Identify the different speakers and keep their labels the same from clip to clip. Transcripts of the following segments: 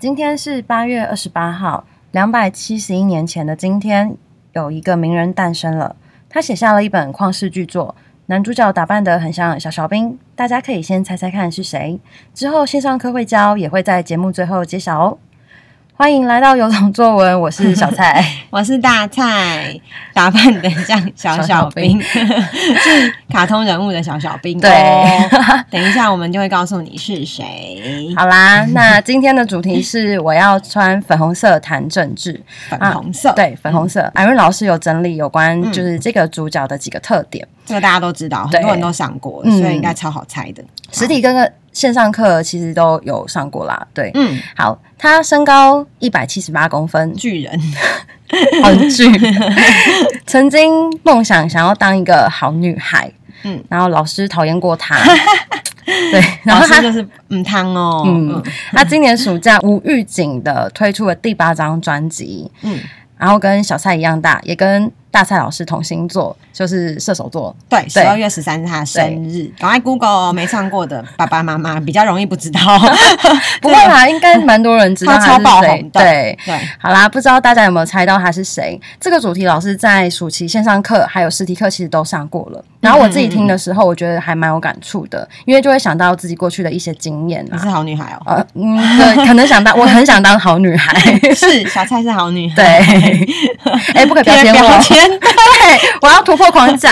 Speaker 1: 今天是八月二十八号，两百七十一年前的今天，有一个名人诞生了。他写下了一本旷世巨作，男主角打扮得很像小小兵，大家可以先猜猜看是谁。之后线上课会教，也会在节目最后揭晓哦。欢迎来到有种作文，我是小蔡。
Speaker 2: 我是大菜，打扮得像小小 兵， 是卡通人物的小小兵。
Speaker 1: 对
Speaker 2: 哦，等一下我们就会告诉你是谁。
Speaker 1: 好啦，那今天的主题是我要穿粉红色谈政治。
Speaker 2: 粉红色，
Speaker 1: 啊对，粉红色。艾瑞老师有整理有关
Speaker 2: 嗯
Speaker 1: 就是这个主角的几个特点。
Speaker 2: 这个大家都知道，
Speaker 1: 对
Speaker 2: 很多人都上过，
Speaker 1: 嗯
Speaker 2: 所以应该超好猜的。
Speaker 1: 实体跟个线上课其实都有上过啦，对。
Speaker 2: 嗯，，
Speaker 1: 好，他身高一百七十八公分
Speaker 2: 巨 人，
Speaker 1: 很巨。曾经梦想想要当一个好女孩，嗯
Speaker 2: 嗯，
Speaker 1: 然后老师讨厌过 他，对，然
Speaker 2: 老
Speaker 1: 后
Speaker 2: 师
Speaker 1: 他
Speaker 2: 就是嗯汤哦，
Speaker 1: 嗯
Speaker 2: 嗯
Speaker 1: 他今年暑假无预警的推出了第八张专辑，
Speaker 2: 嗯，
Speaker 1: 然后跟小蔡一样大，也跟大蔡老师同星座，就是射手 座，
Speaker 2: 对，十二月十三是他的生日，赶快 Google 哦没上过的爸爸妈妈比较容易 不知道。
Speaker 1: 不会啦，应该蛮多人知道
Speaker 2: 他啊
Speaker 1: 他
Speaker 2: 超爆
Speaker 1: 是谁
Speaker 2: 红，的
Speaker 1: 对。
Speaker 2: 对，
Speaker 1: 好啦，不知道大家有没有猜到他是谁？这个主题老师在暑期线上课还有实体课其实都上过了。然后我自己听的时候，我觉得还蛮有感触的，因为就会想到自己过去的一些经验
Speaker 2: 你
Speaker 1: 啊。
Speaker 2: 是好女孩 哦，
Speaker 1: 呃，嗯，对，可能想当，我很想当好女 孩。
Speaker 2: 是小蔡是好女孩，
Speaker 1: 对， 哎、不可以标
Speaker 2: 贴
Speaker 1: 签我
Speaker 2: 标，签。
Speaker 1: 对，我要突破框 架。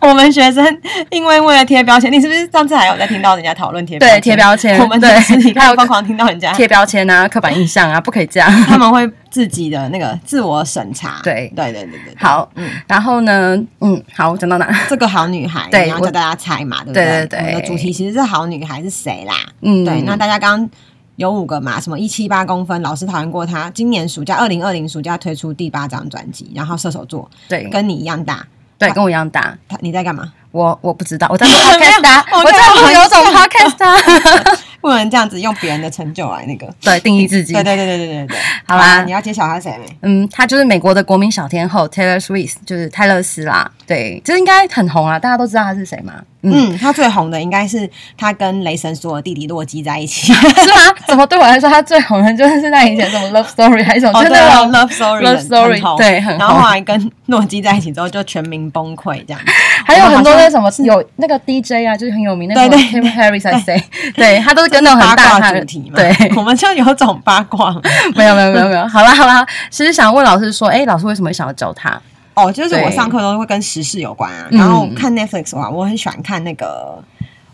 Speaker 2: 我们学生因为为了贴标签，你是不是上次还有在听到人家讨论贴
Speaker 1: 对，
Speaker 2: 签
Speaker 1: 贴标签，
Speaker 2: 我们
Speaker 1: 对
Speaker 2: 的实体，
Speaker 1: 还
Speaker 2: 课
Speaker 1: 有
Speaker 2: 疯狂听到人家，
Speaker 1: 贴标签啊，刻板印象啊，不可以这样。
Speaker 2: 他们会自己的那个自我审查。
Speaker 1: 对
Speaker 2: 对对对对，对
Speaker 1: 好，
Speaker 2: 嗯
Speaker 1: 然后呢，嗯，好，讲到哪？
Speaker 2: 这个好女孩，
Speaker 1: 对
Speaker 2: 你要
Speaker 1: 我
Speaker 2: 叫大家猜嘛，对不
Speaker 1: 对对
Speaker 2: 对
Speaker 1: 对
Speaker 2: 我们的主题其实是好女孩是谁啦？
Speaker 1: 嗯，
Speaker 2: 对，那大家刚刚有五个嘛，什么一七八公分，老师讨厌过她。今年暑假二零二零暑假推出第八张专辑，然后射手座
Speaker 1: 对
Speaker 2: 跟你一样大，
Speaker 1: 对，跟我一样大。
Speaker 2: 他你在干嘛？
Speaker 1: 我我不知道，我在录 podcast 啊，
Speaker 2: 没有
Speaker 1: 我在录
Speaker 2: 我
Speaker 1: 有种
Speaker 2: 在录
Speaker 1: podcast 啊，
Speaker 2: 不能这样子用别人的成就来 那个。
Speaker 1: 对，定义自己
Speaker 2: 对。对对对对对对，
Speaker 1: 好啦
Speaker 2: 你要揭晓他是谁没？
Speaker 1: 嗯，她就是美国的国民小天后 Taylor Swift，就是泰勒斯啦。对，这应该很红啊啦，大家都知道她是谁嘛？ 嗯，
Speaker 2: 嗯，他最红的应该是他跟雷神索尔弟弟洛基在一 起。
Speaker 1: 是吗？怎么对我来说，她最红的就是那以前什么 Love Story 还是什么，啊
Speaker 2: 哦，
Speaker 1: 就
Speaker 2: 对
Speaker 1: 那
Speaker 2: 哦
Speaker 1: 种
Speaker 2: ，Love Story，
Speaker 1: Love
Speaker 2: 很
Speaker 1: Story，
Speaker 2: 很红
Speaker 1: 对很
Speaker 2: 然后
Speaker 1: 红
Speaker 2: 后来跟诺基在一起之后，就全民崩溃这样子。
Speaker 1: 还有很多
Speaker 2: 我
Speaker 1: 那
Speaker 2: 们好像
Speaker 1: 什么有那个 DJ 啊，就是很有名那
Speaker 2: 对
Speaker 1: 个
Speaker 2: 对
Speaker 1: Tim Harris 还是谁？ 对他都是跟那种
Speaker 2: 八
Speaker 1: 很大
Speaker 2: 卦
Speaker 1: 咖
Speaker 2: 主
Speaker 1: 的
Speaker 2: 题嘛，
Speaker 1: 对，
Speaker 2: 我们就有种八卦嘛。
Speaker 1: 没有没有没有没有，好啦好啦，其实想问老师说，哎，老师为什么会想要教他？
Speaker 2: 哦，就是我
Speaker 1: 对
Speaker 2: 上课都会跟时事有关啊，
Speaker 1: 嗯
Speaker 2: 然后看 Netflix 哇，我很喜欢看那个，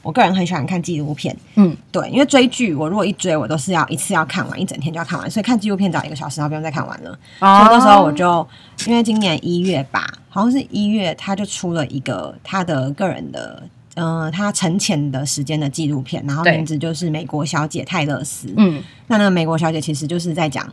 Speaker 2: 我个人很喜欢看纪录片，
Speaker 1: 嗯，
Speaker 2: 对，因为追剧我如果一追，我都是要一次要看完，一整天就要看完，所以看纪录片只要一个小时，然后不用再看完了。所以那时候
Speaker 1: 哦
Speaker 2: 我就因为今年一月吧，好像是一月，他就出了一个他的个人的。嗯，他沉潜的时间的纪录片，然后
Speaker 1: 对
Speaker 2: 名字就是《美国小姐泰勒斯》。
Speaker 1: 嗯
Speaker 2: 那那个美国小姐其实就是在讲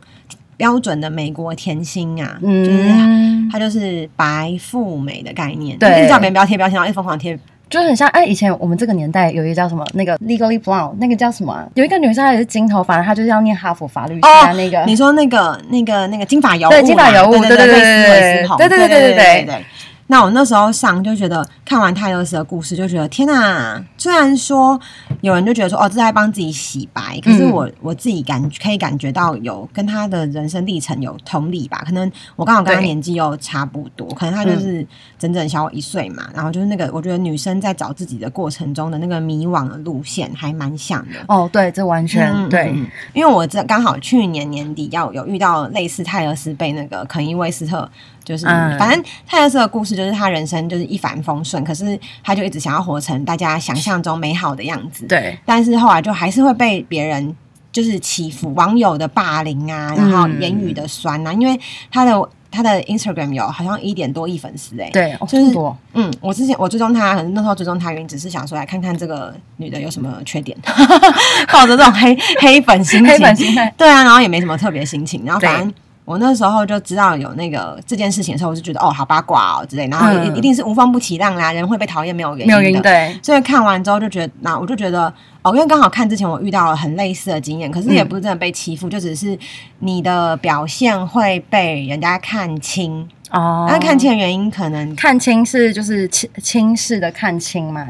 Speaker 2: 标准的美国甜心啊，就是
Speaker 1: 嗯，
Speaker 2: 它就是白富美的概念，
Speaker 1: 对
Speaker 2: 一直叫别人不要贴标签，然后一直疯狂贴。
Speaker 1: 就是很像哎，以前我们这个年代有一个叫什么那个 Legally Blonde，那个叫什么啊、有一个女生她也是金头发，她就是要念哈佛法律系啊、那个。
Speaker 2: 哦你说那个、那个、那个金发尤物嘛，
Speaker 1: 对金发尤物
Speaker 2: 对
Speaker 1: 对对对对
Speaker 2: 对
Speaker 1: 对对
Speaker 2: 对
Speaker 1: 对对
Speaker 2: 对
Speaker 1: 对
Speaker 2: 对对。那我那时候上就觉得，看完泰勒斯的故事就觉得，天哪、虽然说有人就觉得说，哦，这是在帮自己洗白，可是
Speaker 1: 嗯
Speaker 2: 我、我自己感可以感觉到有跟他的人生历程有同理吧。可能我刚好跟他
Speaker 1: 对嗯
Speaker 2: 年纪又差不多，可能他就是整整小我一岁嘛。然后就是那个，我觉得女生在找自己的过程中的那个迷惘的路线还蛮像的。
Speaker 1: 哦，对，这完全、
Speaker 2: 嗯
Speaker 1: 对，
Speaker 2: 嗯嗯因为我这刚好去年年底要有遇到类似泰勒斯被那个肯伊威斯特，就是、
Speaker 1: 嗯
Speaker 2: 反正泰勒斯的故事就是他人生就是一帆风顺，可是他就一直想要活成大家想象中美好的样子，
Speaker 1: 对，
Speaker 2: 但是后来就还是会被别人。就是欺负网友的霸凌
Speaker 1: 嗯
Speaker 2: 啊，然后言语的酸啊，因为他的他的 Instagram 有好像一点多亿粉丝哎、
Speaker 1: 对，哦，
Speaker 2: 就
Speaker 1: 这
Speaker 2: 是
Speaker 1: 么多，
Speaker 2: 嗯，我之前我追踪她，可能那时候追踪她原因只是想说来看看这个女的有什么缺点， 抱着这种黑黑粉心情，
Speaker 1: 黑粉心态，
Speaker 2: 对啊，然后也没什么特别心情，然后
Speaker 1: 对
Speaker 2: 反正。我那时候就知道有那个这件事情的时候，我就觉得哦，好八卦哦之类，然后
Speaker 1: 嗯
Speaker 2: 一一定是无风不起浪啦，人会被讨厌没有原因
Speaker 1: 没有原因，
Speaker 2: 的。
Speaker 1: 对，
Speaker 2: 所以看完之后就觉得，那我就觉得哦，因为刚好看之前我遇到了很类似的经验，可是也
Speaker 1: 嗯
Speaker 2: 不是真的被欺负，就只是你的表现会被人家看清。
Speaker 1: 哦，
Speaker 2: 那、看清的原因可能
Speaker 1: 看清是就是轻轻视的看清嘛，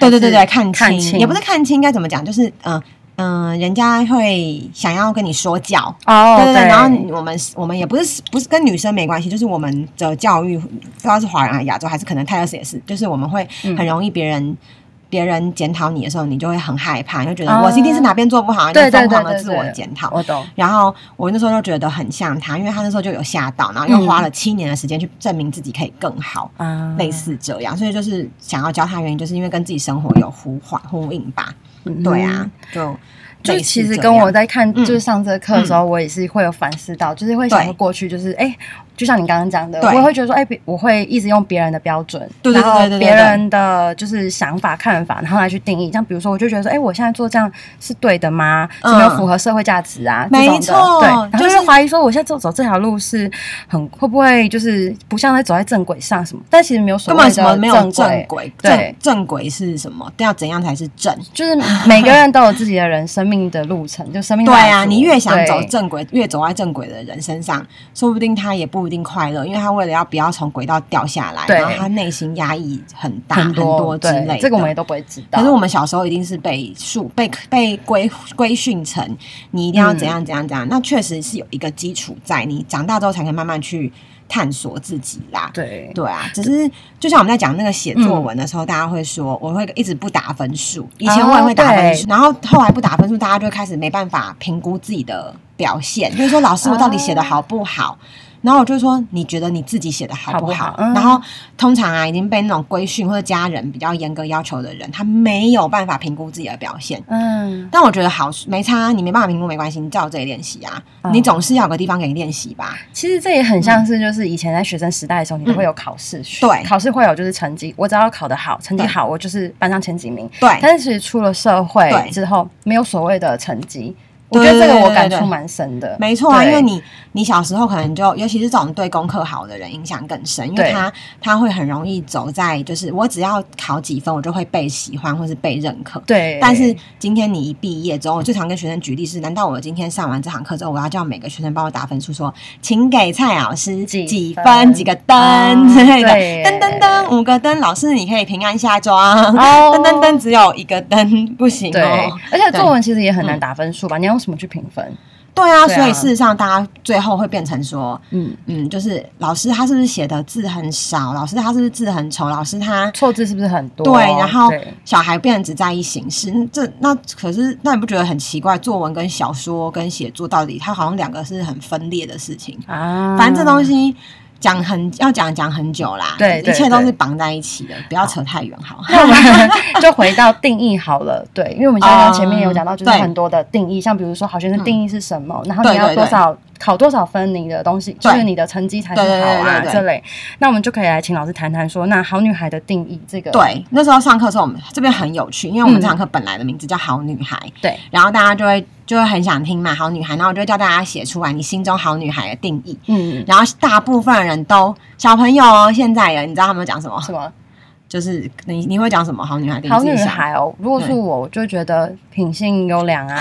Speaker 2: 对对
Speaker 1: 还
Speaker 2: 对
Speaker 1: 是
Speaker 2: 对，看清
Speaker 1: 看清
Speaker 2: 也不是看清，应该怎么讲？就是嗯、呃嗯、人家会想要跟你说教。
Speaker 1: 哦
Speaker 2: 对对对，然后
Speaker 1: 对
Speaker 2: 我们我们也不是不是跟女生没关系，就是我们的教育，不知道是华人啊、亚洲还是可能泰勒斯也是，就是我们会
Speaker 1: 嗯
Speaker 2: 很容易别人、别人检讨你的时候，你就会很害怕，你就觉得
Speaker 1: 啊
Speaker 2: 我一定是哪边做不好，你就
Speaker 1: 对对
Speaker 2: 疯狂
Speaker 1: 对
Speaker 2: 的
Speaker 1: 对
Speaker 2: 自我
Speaker 1: 对
Speaker 2: 检讨。
Speaker 1: 我懂，
Speaker 2: 然后我那时候就觉得很像他，因为他那时候就有吓到，然后
Speaker 1: 嗯
Speaker 2: 又花了七年的时间去证明自己可以更好，
Speaker 1: 啊
Speaker 2: 类似这样，所以就是想要教他，原因就是因为跟自己生活有呼唤呼应吧。对啊，，就
Speaker 1: 就
Speaker 2: 类
Speaker 1: 是
Speaker 2: 似
Speaker 1: 其实
Speaker 2: 这
Speaker 1: 跟
Speaker 2: 样
Speaker 1: 我在看，
Speaker 2: 嗯
Speaker 1: 就是上这个课的时候，我也是会有反思到，就是会想
Speaker 2: 对
Speaker 1: 说过去就是哎、就像你刚刚讲的，
Speaker 2: 对
Speaker 1: 我也会觉得说，哎、别我会一直用别人的标准，
Speaker 2: 对对对
Speaker 1: 然后
Speaker 2: 对对对
Speaker 1: 别人的就是想法、看法，然后来去定义。像比如说，我就觉得说，哎、我现在做这样是对的吗？
Speaker 2: 嗯
Speaker 1: 有没有符合社会价值啊？
Speaker 2: 没
Speaker 1: 这种的
Speaker 2: 错
Speaker 1: 对，然后就
Speaker 2: 就是
Speaker 1: 是怀疑说，我现在走走这条路是很会不会就是不像在走在正轨上什么？但其实没有所
Speaker 2: 根
Speaker 1: 谓
Speaker 2: 本
Speaker 1: 的
Speaker 2: 什么没有正
Speaker 1: 轨，
Speaker 2: 轨，
Speaker 1: 对
Speaker 2: 正正轨是什么？要怎样才是正？
Speaker 1: 就是每个人都有自己的人生命的路程，就生命
Speaker 2: 对
Speaker 1: 的
Speaker 2: 啊，
Speaker 1: 路
Speaker 2: 你越想走
Speaker 1: 对
Speaker 2: 正轨，越走在正轨的人身上，说不定他也不一定快乐，因为他为了要不要从轨道掉下来，
Speaker 1: 对
Speaker 2: 然后他内心压抑很大
Speaker 1: 很
Speaker 2: 多之
Speaker 1: 对
Speaker 2: 类的。
Speaker 1: 这个我们也都不会知道。
Speaker 2: 可是我们小时候一定是被束、被被规规训成你一定要怎样怎样怎样，那确实是有一个基础在，你长大之后才可以慢慢去探索自己啦。
Speaker 1: 对
Speaker 2: 对嗯啊，只是就像我们在讲那个写作文的时候，大家会说我会一直不打分数，以前我也会打分数，然后后来不打分数，大家就会开始没办法评估自己的表现，就是说老师我到底写的好不好？然后我就说，你觉得你自己写的哦好
Speaker 1: 好
Speaker 2: 不好？
Speaker 1: 不好嗯
Speaker 2: 然后通常啊，已经被那种规训或者家人比较严格要求的人，他没有办法评估自己的表现。
Speaker 1: 嗯，
Speaker 2: 但我觉得好没差啊，你没办法评估没关系，你照这里练习啊，
Speaker 1: 哦
Speaker 2: 你总是要有个地方给你练习吧。
Speaker 1: 其实这也很像是就是以前在学生时代的时候，你都会有考试，
Speaker 2: 嗯对
Speaker 1: 考试会有就是成绩，我只要考得好，成绩好，我就是班上前几名。
Speaker 2: 对，
Speaker 1: 但是其实出了社会
Speaker 2: 对
Speaker 1: 之后，没有所谓的成绩，我
Speaker 2: 对
Speaker 1: 觉得这个我感
Speaker 2: 对对
Speaker 1: 触
Speaker 2: 对
Speaker 1: 蛮深的。
Speaker 2: 没错啊，
Speaker 1: 对
Speaker 2: 因为你你小时候可能就，尤其是这种对功课好的人影响更深，因
Speaker 1: 对
Speaker 2: 为他他会很容易走在就是我只要考几分，我就会被喜欢或是被认可。
Speaker 1: 对，
Speaker 2: 但是今天你一毕业之后，我最常跟学生举例是：难道我今天上完这堂课之后，我要叫每个学生帮我打分数，说请给蔡老师
Speaker 1: 几
Speaker 2: 几
Speaker 1: 分
Speaker 2: 分、几个
Speaker 1: 哦
Speaker 2: 灯之类的？
Speaker 1: 对
Speaker 2: 噔噔噔，五个灯，老师你可以平安下妆。
Speaker 1: 哦
Speaker 2: 噔噔噔，只有一个灯不行
Speaker 1: 对
Speaker 2: 哦。，
Speaker 1: 而且
Speaker 2: 对
Speaker 1: 作文其实也很难打分数吧？你要用什么去评分？
Speaker 2: 对啊，
Speaker 1: 对啊
Speaker 2: 所以事实上，大家最后会变成说，
Speaker 1: 嗯，
Speaker 2: 嗯，就是老师他是不是写的字很少？老师他是不是字很丑？老师他
Speaker 1: 错字是不是很多？
Speaker 2: 对，然后
Speaker 1: 对
Speaker 2: 小孩变得只在意形式，嗯这那可是那你不觉得很奇怪？作文跟小说跟写作到底它好像两个是很分裂的事情，
Speaker 1: 啊，
Speaker 2: 反正这东西。讲很要讲讲很久啦，
Speaker 1: 对对
Speaker 2: 一切都是
Speaker 1: 对
Speaker 2: 绑在一起的，不要扯太远好。
Speaker 1: 那我们就回到定义好了，对，因为我们刚刚前面有讲到，就是
Speaker 2: 嗯对
Speaker 1: 很多的定义，像比如说好学生定义是什么，然后你
Speaker 2: 对
Speaker 1: 要
Speaker 2: 对
Speaker 1: 多
Speaker 2: 对
Speaker 1: 少考多少分，你的东西就是
Speaker 2: 对
Speaker 1: 你的成绩才是
Speaker 2: 对对
Speaker 1: 好啊
Speaker 2: 对对对
Speaker 1: 这类，那我们就可以来请老师谈谈说，那好女孩的定义这个，
Speaker 2: 对，那时候上课的时候，我们这边很有趣，因为我们
Speaker 1: 嗯
Speaker 2: 这堂课本来的名字叫《好女孩》，
Speaker 1: 对，
Speaker 2: 然后大家就会就会很想听嘛，好女孩，然后我就会叫大家写出来你心中好女孩的定义。
Speaker 1: 嗯，
Speaker 2: 然后大部分人都小朋友哦，现在人你知道他们讲什么？
Speaker 1: 什么
Speaker 2: 就是你你会讲什么好女孩定义？
Speaker 1: 好
Speaker 2: 你
Speaker 1: 女
Speaker 2: 自己想
Speaker 1: 孩哦，如果是我，我就觉得品性优良啊，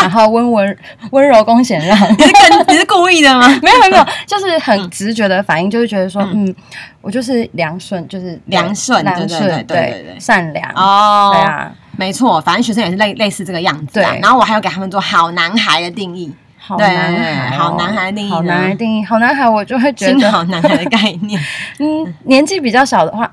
Speaker 1: 然后温文温柔恭俭 让，
Speaker 2: 你是跟你是故意的 吗？
Speaker 1: 没有没有没有，就是很直觉的反应，就是觉得说，嗯，我就是良顺，就是
Speaker 2: 良顺对
Speaker 1: 良
Speaker 2: 对
Speaker 1: 顺，
Speaker 2: 对对对对
Speaker 1: 善良，
Speaker 2: 哦，
Speaker 1: 对，啊，
Speaker 2: 没错，反正学生也是类类似这个样子啊
Speaker 1: 对。
Speaker 2: 然后我还有给他们做好男孩的定义，
Speaker 1: 好
Speaker 2: 对
Speaker 1: 男孩哦，
Speaker 2: 好男孩定义呢
Speaker 1: 好男孩定义，好男孩，我就会觉
Speaker 2: 新
Speaker 1: 得，
Speaker 2: 好男孩的概 念。
Speaker 1: 嗯，年纪比较小的话。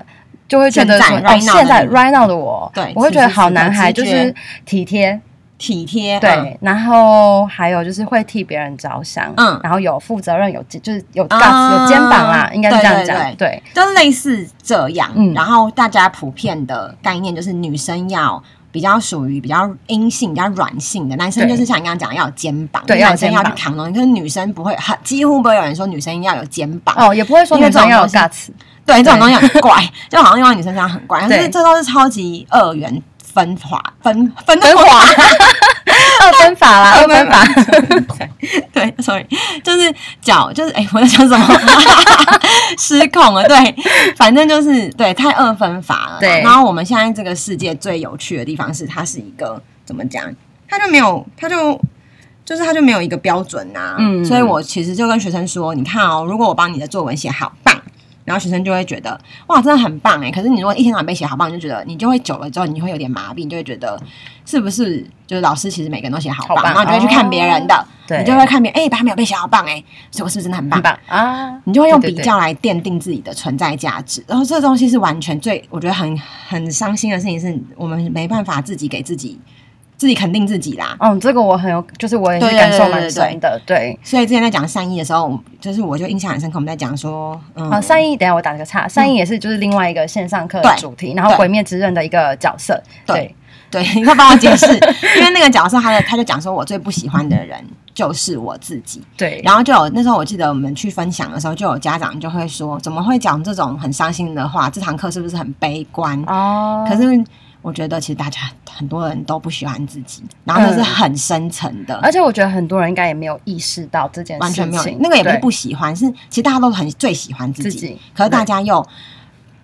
Speaker 1: 就会觉得说，哦，
Speaker 2: 现在 right now 的
Speaker 1: 现在
Speaker 2: 你
Speaker 1: right now 的我，
Speaker 2: 对
Speaker 1: 我会觉得
Speaker 2: 是是是
Speaker 1: 好男孩就
Speaker 2: 直觉
Speaker 1: 是体贴，
Speaker 2: 体贴，嗯
Speaker 1: 对，然后还有就是会替别人着想，
Speaker 2: 嗯
Speaker 1: 然后有负责任，有就是有 guts，、
Speaker 2: 啊
Speaker 1: 有肩膀啦，应该是这样讲，
Speaker 2: 对对
Speaker 1: 对
Speaker 2: 就类似这样。
Speaker 1: 嗯
Speaker 2: 然后大家普遍的概念就是女生要。比较属于比较阴性、比较软性的男生，
Speaker 1: 对
Speaker 2: 就是像你刚刚讲的要有肩膀，
Speaker 1: 对
Speaker 2: 因为男生
Speaker 1: 要有
Speaker 2: 要
Speaker 1: 肩
Speaker 2: 去
Speaker 1: 膀
Speaker 2: 扛东西，可是女生不会，很几乎不会有人说女生要有肩膀。
Speaker 1: 哦，也不会说
Speaker 2: 因为
Speaker 1: 女生
Speaker 2: 这种
Speaker 1: 要有
Speaker 2: 东西
Speaker 1: guts，
Speaker 2: 对，这种东西很怪， 就好像用在女生身上很怪，但
Speaker 1: 对
Speaker 2: 是这都是超级二元分化、分分
Speaker 1: 分
Speaker 2: 化。
Speaker 1: 二分法啦，二
Speaker 2: 二
Speaker 1: 分
Speaker 2: 分
Speaker 1: 法
Speaker 2: 法，对，sorry，就是脚，就是哎、我在讲什么？ 失控了。对，反正就是对，太二分法了。
Speaker 1: 对
Speaker 2: 然后我们现在这个世界最有趣的地方是，它是一个怎么讲？它就没有，它就。就是它就没有一个标准啊，
Speaker 1: 嗯
Speaker 2: 所以我其实就跟学生说，你看哦，如果我帮你的作文写好棒，然后学生就会觉得哇，真的很棒哎。可是你如果一天到晚被写好棒，你就觉得你就会久了之后，你会有点麻痹，你就会觉得是不是就是老师其实每个人都写好棒，
Speaker 1: 好棒哦
Speaker 2: 然后你就会去看别人的，
Speaker 1: 对
Speaker 2: 你就会看别人哎，他没有被写好棒哎，所以我是不是真的很 棒？
Speaker 1: 很棒啊！
Speaker 2: 你就会用
Speaker 1: 对
Speaker 2: 比
Speaker 1: 对对
Speaker 2: 较来奠定自己的存在价值。然后这东西是完全最我觉得很很伤心的事情，是我们没办法自己给自己自己肯定自己啦。
Speaker 1: 嗯，这个我很有，就是我也是
Speaker 2: 对对
Speaker 1: 感受
Speaker 2: 对对
Speaker 1: 蛮
Speaker 2: 对
Speaker 1: 深的。对，
Speaker 2: 所以之前在讲善意的时候，我们就是我就印象很深刻，我们在讲说，嗯，
Speaker 1: 好，善哦意，等一下我打个岔，善意也是就是另外一个线上课的
Speaker 2: 对
Speaker 1: 主题，然后《
Speaker 2: 对
Speaker 1: 鬼灭之刃》的一个角色。
Speaker 2: 对
Speaker 1: 对，
Speaker 2: 对，你快帮我解释，因为那个角色他的他就讲说我最不喜欢的人就是我自己。
Speaker 1: 对，
Speaker 2: 然后就有那时候我记得我们去分享的时候，就有家长就会说，怎么会讲这种很伤心的话？这堂课是不是很悲观？
Speaker 1: 哦，
Speaker 2: 可是我觉得，其实大家很多人都不喜欢自己，然后那是很深层的，
Speaker 1: 嗯而且我觉得很多人应该也没有意识到这件事情，
Speaker 2: 完全没有那个也不是
Speaker 1: 对
Speaker 2: 不喜欢，是其实大家都很最喜欢自己，
Speaker 1: 自己
Speaker 2: 可是大
Speaker 1: 对
Speaker 2: 家又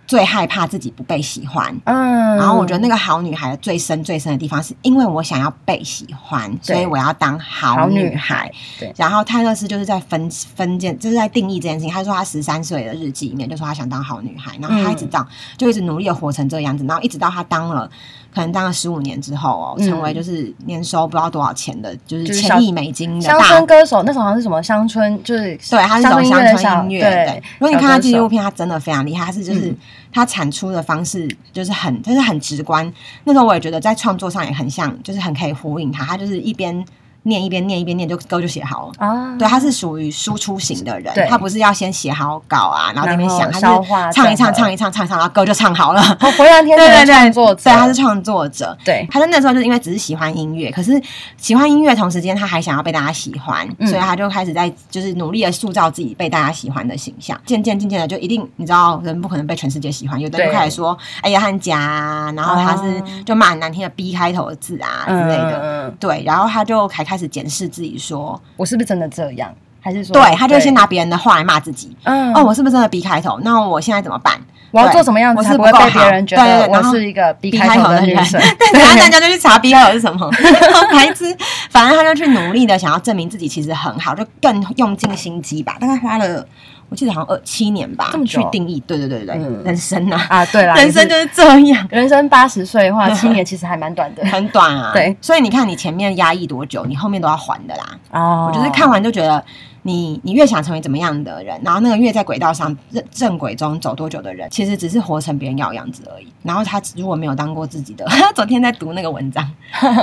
Speaker 2: 最害怕自己不被喜欢。
Speaker 1: 嗯，
Speaker 2: 然后我觉得那个好女孩的最深最深的地方，是因为我想要被喜欢，所以我要当好
Speaker 1: 好女
Speaker 2: 女孩。
Speaker 1: 对
Speaker 2: 然后泰勒斯就是在分分界，就是在定义这件事情。他说他十三岁的日记里面就说他想当好女孩，然后他
Speaker 1: 嗯
Speaker 2: 一直到、就一直努力的活成这个样子，然后一直到他当了可能当了十五年之后哦，
Speaker 1: 嗯
Speaker 2: 成为就是年收不知道多少钱的，就是
Speaker 1: 就是小
Speaker 2: 千亿美金的
Speaker 1: 乡
Speaker 2: 大
Speaker 1: 村歌手那时候好像是什么乡村，就是
Speaker 2: 对，他是走
Speaker 1: 乡
Speaker 2: 乡
Speaker 1: 村
Speaker 2: 村音乐。
Speaker 1: 对
Speaker 2: 对，，如果你看他纪录
Speaker 1: 片，
Speaker 2: 片，他真的非常厉害，他是就是、
Speaker 1: 嗯
Speaker 2: 他产出的方式就是很就是很直观。那时候我也觉得在创作上也很像，就是很可以呼应他。他就是一边念一边念一边念，就歌就写好了。
Speaker 1: 啊，
Speaker 2: 对，他是属于输出型的人
Speaker 1: 对，
Speaker 2: 他不是要先写好稿啊，然后在那边想，
Speaker 1: 然后
Speaker 2: 他
Speaker 1: 消化
Speaker 2: 是唱一唱，
Speaker 1: 整合
Speaker 2: 唱一唱，唱一唱，然后歌就唱好 了。
Speaker 1: 哦，回蓝天成的创作者，
Speaker 2: 对，他是创作者。
Speaker 1: 对
Speaker 2: 他在那时候就是因为只是喜欢音乐，可是喜欢音乐同时间他还想要被大家喜欢，
Speaker 1: 嗯
Speaker 2: 所以他就开始在就是努力的塑造自己被大家喜欢的形象。渐渐渐渐的就一定你知道人不可能被全世界喜欢，有的人
Speaker 1: 对
Speaker 2: 就开始说哎呀汉家啊，然后他是、
Speaker 1: 哦
Speaker 2: 就骂很难听的 B 开头的字啊之类的。
Speaker 1: 嗯，嗯嗯
Speaker 2: 对，然后他就还开始检视自己说，
Speaker 1: 我是不是真的这样？还是说，
Speaker 2: 对，他就先拿别人的话来骂自己。
Speaker 1: 嗯
Speaker 2: 哦，我是不是真的 B 开头？那我现在怎么办？
Speaker 1: 我要
Speaker 2: 对
Speaker 1: 做什么样子
Speaker 2: 我
Speaker 1: 才
Speaker 2: 是
Speaker 1: 不
Speaker 2: 不
Speaker 1: 会
Speaker 2: 够
Speaker 1: 被
Speaker 2: 好
Speaker 1: 别人觉
Speaker 2: 对
Speaker 1: 得
Speaker 2: 对对
Speaker 1: 我
Speaker 2: 然后
Speaker 1: 是一个 B
Speaker 2: 逼
Speaker 1: 开头的
Speaker 2: 人
Speaker 1: 女生？
Speaker 2: 对，然后大家就去查 B 开头是什么，白痴。反正他就去努力的想要证明自己其实很好，就更用尽心机吧。大概花了，我记得好像二七年吧
Speaker 1: 这么，久
Speaker 2: 去定义。对对对对，
Speaker 1: 嗯
Speaker 2: 对人生呐、
Speaker 1: 啊，对啦，
Speaker 2: 人生
Speaker 1: 也
Speaker 2: 就是是这 样，
Speaker 1: 人生八十岁的话， 七年其实还蛮短的
Speaker 2: 很短啊。
Speaker 1: 对，
Speaker 2: 所以你看你前面压抑多久，你后面都要还的啦。
Speaker 1: 哦
Speaker 2: 我就是看完就觉得你，你越想成为怎么样的人，然后那个越在轨道上正正轨中走多久的人，其实只是活成别人要的样子而已。然后他如果没有当过自己的， 昨天在读那个文 章，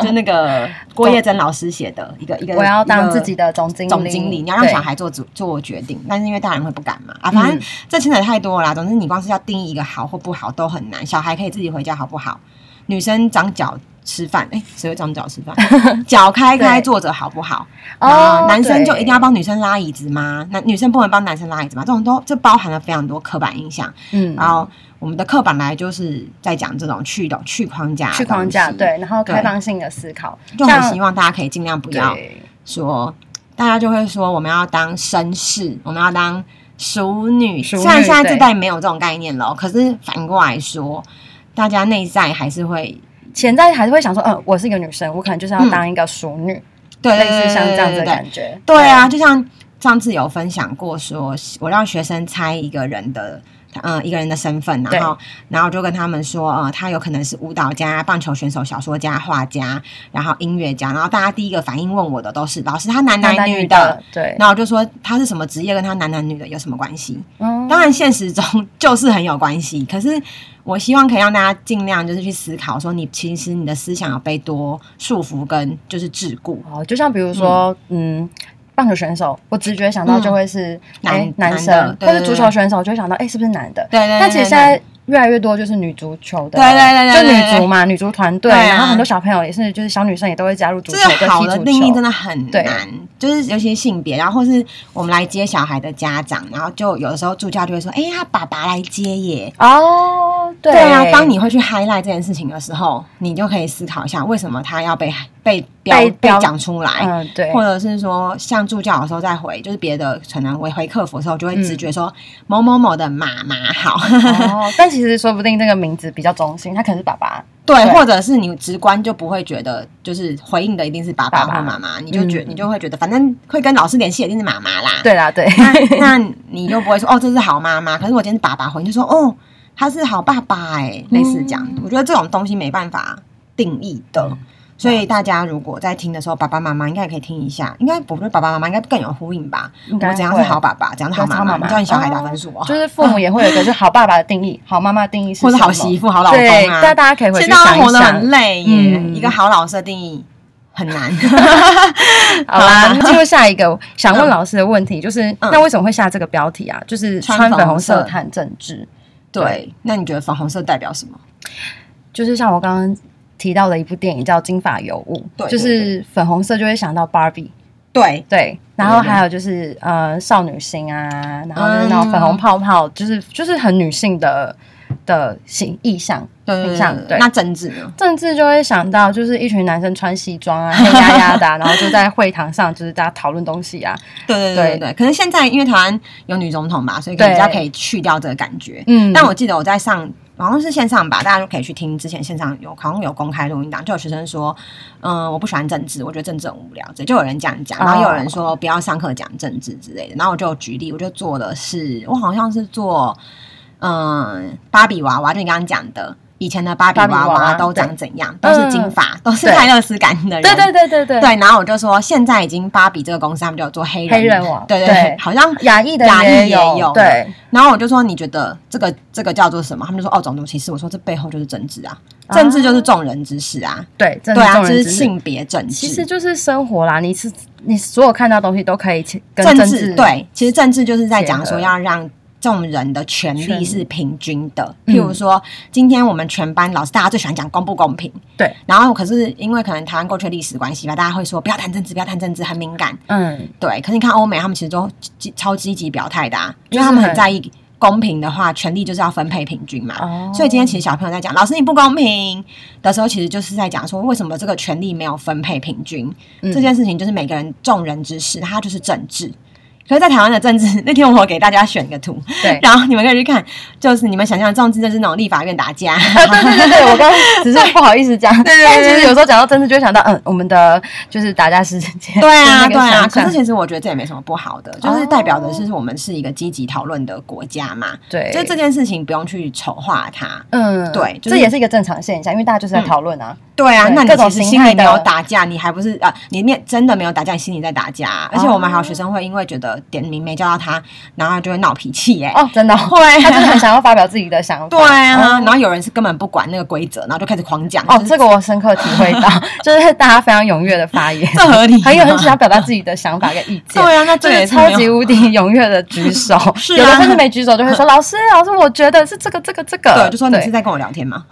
Speaker 2: 就那个郭叶珍老师写的一个一个，
Speaker 1: 我要
Speaker 2: 一
Speaker 1: 当
Speaker 2: 个
Speaker 1: 自己的总经理，
Speaker 2: 总经理，你要让
Speaker 1: 对
Speaker 2: 小孩做主做决定，但是因为大人会不敢嘛，啊，反正
Speaker 1: 嗯
Speaker 2: 这牵扯太多了啦。总之，你光是要定义一个好或不好都很难。小孩可以自己回家好不好？女生长脚吃饭，哎、谁会长脚吃 饭？脚开开
Speaker 1: 对
Speaker 2: 坐着好不好？
Speaker 1: 哦
Speaker 2: 啊，，男生就一定要
Speaker 1: 帮，
Speaker 2: 帮女生拉椅子吗？男女生不能帮男生拉椅子吗？这种都这包含了非常多刻板印象。
Speaker 1: 嗯，
Speaker 2: 然后我们的课本来就是在讲这种去的去框架的
Speaker 1: 去框架，
Speaker 2: 东西，
Speaker 1: 对，然后开
Speaker 2: 对
Speaker 1: 放性的思考，
Speaker 2: 就很
Speaker 1: 像
Speaker 2: 希望大家可以尽量不要
Speaker 1: 对
Speaker 2: 说，大家就会说我们要当绅士，我们要当淑女。
Speaker 1: 淑女
Speaker 2: 虽然现在
Speaker 1: 对
Speaker 2: 这代没有这种概念了，可是反过来说，大家内在还是会
Speaker 1: 潜在还是会想说，嗯，我是一个女生，我可能就是要当一个淑女，
Speaker 2: 嗯对
Speaker 1: 类似像这样子
Speaker 2: 对对
Speaker 1: 的
Speaker 2: 对
Speaker 1: 感觉。
Speaker 2: 对啊，，就像上次有分享过说，我让学生猜一个人的。嗯，一个人的身份，
Speaker 1: 对
Speaker 2: 然后，然后就跟他们说，呃，他有可能是舞蹈家、棒球选手、小说家、画家，然后音乐家，然后大家第一个反应问我的都是，老师他男
Speaker 1: 男
Speaker 2: 男
Speaker 1: 男
Speaker 2: 女
Speaker 1: 的，对，
Speaker 2: 然后我就说他是什么职业，跟他男男女的有什么关系？
Speaker 1: 嗯
Speaker 2: 当然，现实中就是很有关系。可是，我希望可以让大家尽量就是去思考，说你其实你的思想有被多束缚跟就是桎梏。
Speaker 1: 哦，就像比如说，嗯。棒球选手，我直觉想到就会是
Speaker 2: 嗯男
Speaker 1: 哎男
Speaker 2: 男
Speaker 1: 生，
Speaker 2: 的对
Speaker 1: 或者
Speaker 2: 对
Speaker 1: 足
Speaker 2: 对
Speaker 1: 球选手就会想到哎是不是男的？
Speaker 2: 对对对
Speaker 1: 但其实
Speaker 2: 对
Speaker 1: 现在越来越多就是女足球的，
Speaker 2: 对对对对对
Speaker 1: 就女足嘛，女足团队，
Speaker 2: 对啊
Speaker 1: 然后很多小朋友也是，就是小女生也都会加入足
Speaker 2: 这
Speaker 1: 球跟踢
Speaker 2: 个好的
Speaker 1: 足
Speaker 2: 定义
Speaker 1: 球
Speaker 2: 真的很
Speaker 1: 对
Speaker 2: 难，就是尤其是性别，然后或是我们来接小孩的家长，然后就有的时候助教就会说：“哎、他爸爸来接耶。”啊
Speaker 1: 哦，对
Speaker 2: 对啊，当你会去 highlight 这件事情的时候，你就可以思考一下，为什么他要被被被标
Speaker 1: 被
Speaker 2: 被
Speaker 1: 标
Speaker 2: 讲出来，
Speaker 1: 嗯，对，
Speaker 2: 或者是说像助教有时候在回，就是别的可能回回客服的时候，就
Speaker 1: 嗯
Speaker 2: 会直觉说、某某某的妈妈好，
Speaker 1: 哦，但其实说不定这个名字比较中性，他可能是爸爸。
Speaker 2: 对，
Speaker 1: 对
Speaker 2: 或者是你直观就不会觉得就是回应的一定是爸爸
Speaker 1: 爸爸
Speaker 2: 或妈妈，你就觉、
Speaker 1: 嗯
Speaker 2: 你就会觉得反正会跟老师联系的一定是妈妈啦，
Speaker 1: 对啦，对，
Speaker 2: 那那你就不会说哦，这是好妈妈。可是我今天是爸爸回，你就说哦，他是好爸爸哎、
Speaker 1: 嗯
Speaker 2: 类似这样。我觉得这种东西没办法定义
Speaker 1: 嗯
Speaker 2: 的，所以大家如果在听的时候，爸爸妈妈应该也可以听一下。应该我觉得爸爸妈妈应该更有呼应吧。
Speaker 1: 应该
Speaker 2: 我怎样是
Speaker 1: 会
Speaker 2: 好爸爸，怎样是好
Speaker 1: 对
Speaker 2: 妈
Speaker 1: 好
Speaker 2: 妈，
Speaker 1: 妈
Speaker 2: 你
Speaker 1: 妈
Speaker 2: 叫你小孩打分数哦，
Speaker 1: 就是父母也会有一个就是好爸爸的定义，好妈妈的定义是
Speaker 2: 或者好
Speaker 1: 什么
Speaker 2: 媳妇、好老公
Speaker 1: 对，
Speaker 2: 啊。
Speaker 1: 大家可以回去
Speaker 2: 现在大
Speaker 1: 想
Speaker 2: 家活
Speaker 1: 一
Speaker 2: 得
Speaker 1: 想
Speaker 2: 很。累耶，
Speaker 1: 嗯
Speaker 2: 一个好老师的定义 很难。
Speaker 1: 好啦，
Speaker 2: 好
Speaker 1: 那进入下一个想问
Speaker 2: 嗯
Speaker 1: 老师的问题，就是
Speaker 2: 嗯
Speaker 1: 那为什么会下这个标题啊？就是
Speaker 2: 穿
Speaker 1: 穿
Speaker 2: 粉
Speaker 1: 粉
Speaker 2: 红
Speaker 1: 红色
Speaker 2: 色
Speaker 1: 谈政治，
Speaker 2: 对，那你觉得粉红色代表什么？
Speaker 1: 就是像我刚刚提到的一部电影叫《金发尤物
Speaker 2: 对》，
Speaker 1: 就
Speaker 2: 对
Speaker 1: 是粉红色就会想到 Barbie，
Speaker 2: 对，
Speaker 1: 对，然后
Speaker 2: 对对
Speaker 1: 还有就是呃少女心啊，然后就是那种粉红
Speaker 2: 嗯
Speaker 1: 泡泡，就是就是很女性的的形意象。
Speaker 2: 对对
Speaker 1: 很像
Speaker 2: 对对。
Speaker 1: 对
Speaker 2: 那政治呢？
Speaker 1: 政治就会想到，就是一群男生穿西装啊，黑压压的啊、 然后就在会堂上就是大家讨论东西啊，
Speaker 2: 对对对对对，可能现在因为台湾有女总统嘛，所以可能
Speaker 1: 对
Speaker 2: 比较可以去掉这个感觉。
Speaker 1: 嗯，
Speaker 2: 但我记得我在上，好像是线上吧，大家就可以去听之前线上有好像有公开录音档，就有学生说，嗯、我不喜欢政治，我觉得政治很无聊，这就有人这样讲，
Speaker 1: 哦
Speaker 2: 然后有人说不要上课讲政治之类的，然后我就有举例，我就做的是，我好像是做，嗯，芭比娃娃，就你刚刚讲的。以前的芭比
Speaker 1: 芭比
Speaker 2: 娃
Speaker 1: 娃
Speaker 2: 娃
Speaker 1: 娃
Speaker 2: 都长
Speaker 1: 对嗯
Speaker 2: 怎样？都是金发，都是泰勒斯感的人。
Speaker 1: 对对对对对，
Speaker 2: 对，然后我就说，现在已经芭比这个公司，他们就有做黑人
Speaker 1: 黑人王
Speaker 2: 对对
Speaker 1: 对，
Speaker 2: 好像。
Speaker 1: 亚裔的
Speaker 2: 亚裔也
Speaker 1: 有，
Speaker 2: 有
Speaker 1: 对，
Speaker 2: 然后我就说，你觉得这个这个叫做什么？他们就说，哦，种族歧视。我说，这背后就是政治啊，政治就是众人之事啊，
Speaker 1: 对，真
Speaker 2: 对
Speaker 1: 的
Speaker 2: 啊，
Speaker 1: 众
Speaker 2: 就
Speaker 1: 人
Speaker 2: 是
Speaker 1: 之事，
Speaker 2: 性别政治。
Speaker 1: 其实就是生活啦，你是你所有看到的东西都可以去跟
Speaker 2: 政
Speaker 1: 治
Speaker 2: 对，其实政治就是在讲
Speaker 1: 结
Speaker 2: 说
Speaker 1: 合
Speaker 2: 要让。众人的权
Speaker 1: 权
Speaker 2: 利
Speaker 1: 利
Speaker 2: 是平均的，
Speaker 1: 嗯
Speaker 2: 譬如说，今天我们全班老师大家最喜欢讲公不公平，
Speaker 1: 对。
Speaker 2: 然后可是因为可能台湾过去的历史关系吧，大家会说不要谈政治，不要谈政治，很敏感。
Speaker 1: 嗯，
Speaker 2: 对，可是你看欧美，他们其实都积超积极表态的、啊，
Speaker 1: 就
Speaker 2: 因为
Speaker 1: 是
Speaker 2: 他们很
Speaker 1: 很
Speaker 2: 在意公平的话，权利就是要分配平均嘛。
Speaker 1: 哦
Speaker 2: 所以今天其实小朋友在讲老师你不公平的时候，其实就是在讲说为什么这个权利没有分配平均、
Speaker 1: 嗯
Speaker 2: 这件事情，就是每个人众人之事，它就是政治。可是，在台湾的政治， 那天我给大家选一个图，。
Speaker 1: 对
Speaker 2: 然后你们可以去看，就是你们想象的政治就是那种立法院 打架，
Speaker 1: 啊，对对对对，我刚刚只是不好意思讲，
Speaker 2: 对对
Speaker 1: 但其
Speaker 2: 对
Speaker 1: 实有时候讲到政治，就会想到，嗯，我们的就是打架事件，
Speaker 2: 对
Speaker 1: 就是
Speaker 2: 啊，
Speaker 1: 那个
Speaker 2: 对啊。
Speaker 1: 想
Speaker 2: 可
Speaker 1: 象哦
Speaker 2: 是其实我觉得这也没什么不好的，就是代表的是我们是一个积极讨论的国家嘛。
Speaker 1: 对，
Speaker 2: 就这件事情不用去丑化它。
Speaker 1: 嗯，
Speaker 2: 对就是
Speaker 1: 这也是一个正常现象，因为大家就是在
Speaker 2: 嗯
Speaker 1: 讨论啊，
Speaker 2: 对啊，
Speaker 1: 对
Speaker 2: 那你
Speaker 1: 各种
Speaker 2: 其实
Speaker 1: 形
Speaker 2: 心里
Speaker 1: 态的
Speaker 2: 没有打架，你还不是啊？你面真的没有打架，你心里在打架啊、而且我
Speaker 1: 哦
Speaker 2: 们还有学生会因为觉得点名没叫到他，然后他就会闹脾气耶、
Speaker 1: 哦，真的哦、
Speaker 2: 会啊
Speaker 1: 他真的很想要发表自己的想法。
Speaker 2: 对啊，
Speaker 1: 哦
Speaker 2: 然后有人是根本不管那个规则，然后就开始狂讲。
Speaker 1: 哦
Speaker 2: 就，是
Speaker 1: 这个我深刻体会到，就是大家非常踊跃的发言，
Speaker 2: 这合理吗
Speaker 1: 很有很想表达自己的想法跟意见。
Speaker 2: 对啊，那这
Speaker 1: 就
Speaker 2: 也
Speaker 1: 是
Speaker 2: 是
Speaker 1: 超
Speaker 2: 没有
Speaker 1: 级无敌踊跃的举手，
Speaker 2: 是啊
Speaker 1: 有的甚至没举手就会 说：“老师，老师，我觉得是这个，这个，这个。”
Speaker 2: 对，就说你是在跟我聊 天吗？